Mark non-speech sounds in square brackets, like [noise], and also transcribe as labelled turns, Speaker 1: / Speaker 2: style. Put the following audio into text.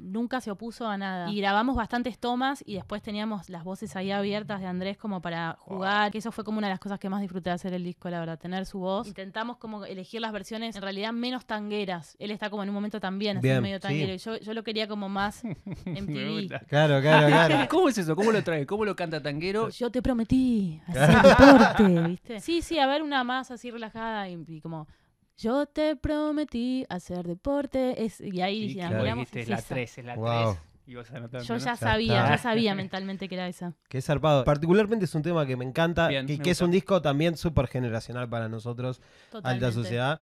Speaker 1: nunca se opuso a nada. Y grabamos bastantes tomas y después teníamos las voces ahí abiertas de Andrés como para jugar, que eso fue como una de las cosas que más disfruté de hacer el disco, la verdad, tener su voz. Intentamos como elegir las versiones en realidad menos tangueras. Él está como en un momento también, así
Speaker 2: Bien,
Speaker 1: medio
Speaker 2: sí.
Speaker 1: tanguero. Y yo, yo lo quería como más
Speaker 3: [laughs]
Speaker 1: MTV.
Speaker 2: Claro, claro, claro.
Speaker 3: Ah, ¿Cómo es eso? ¿Cómo lo trae? ¿Cómo lo canta tanguero?
Speaker 1: Yo te prometí hacer deporte, ¿viste? Sí, sí, a ver una más así relajada y, y como yo te prometí hacer deporte es, y ahí dije, ah,
Speaker 2: claro.
Speaker 1: miramos,
Speaker 3: dijiste,
Speaker 1: es
Speaker 3: es la
Speaker 1: esa.
Speaker 3: 3, es la 3.
Speaker 2: Wow.
Speaker 3: Y vas anotando,
Speaker 1: Yo
Speaker 3: ¿no?
Speaker 1: ya
Speaker 2: Ya
Speaker 1: sabía,
Speaker 2: está.
Speaker 1: ya sabía mentalmente que era esa.
Speaker 2: Qué zarpado. Particularmente es un tema que me encanta,
Speaker 3: Bien,
Speaker 2: que,
Speaker 3: me
Speaker 2: que es
Speaker 3: gusta.
Speaker 2: un disco también súper generacional para nosotros,
Speaker 1: Totalmente.
Speaker 2: Alta Sociedad.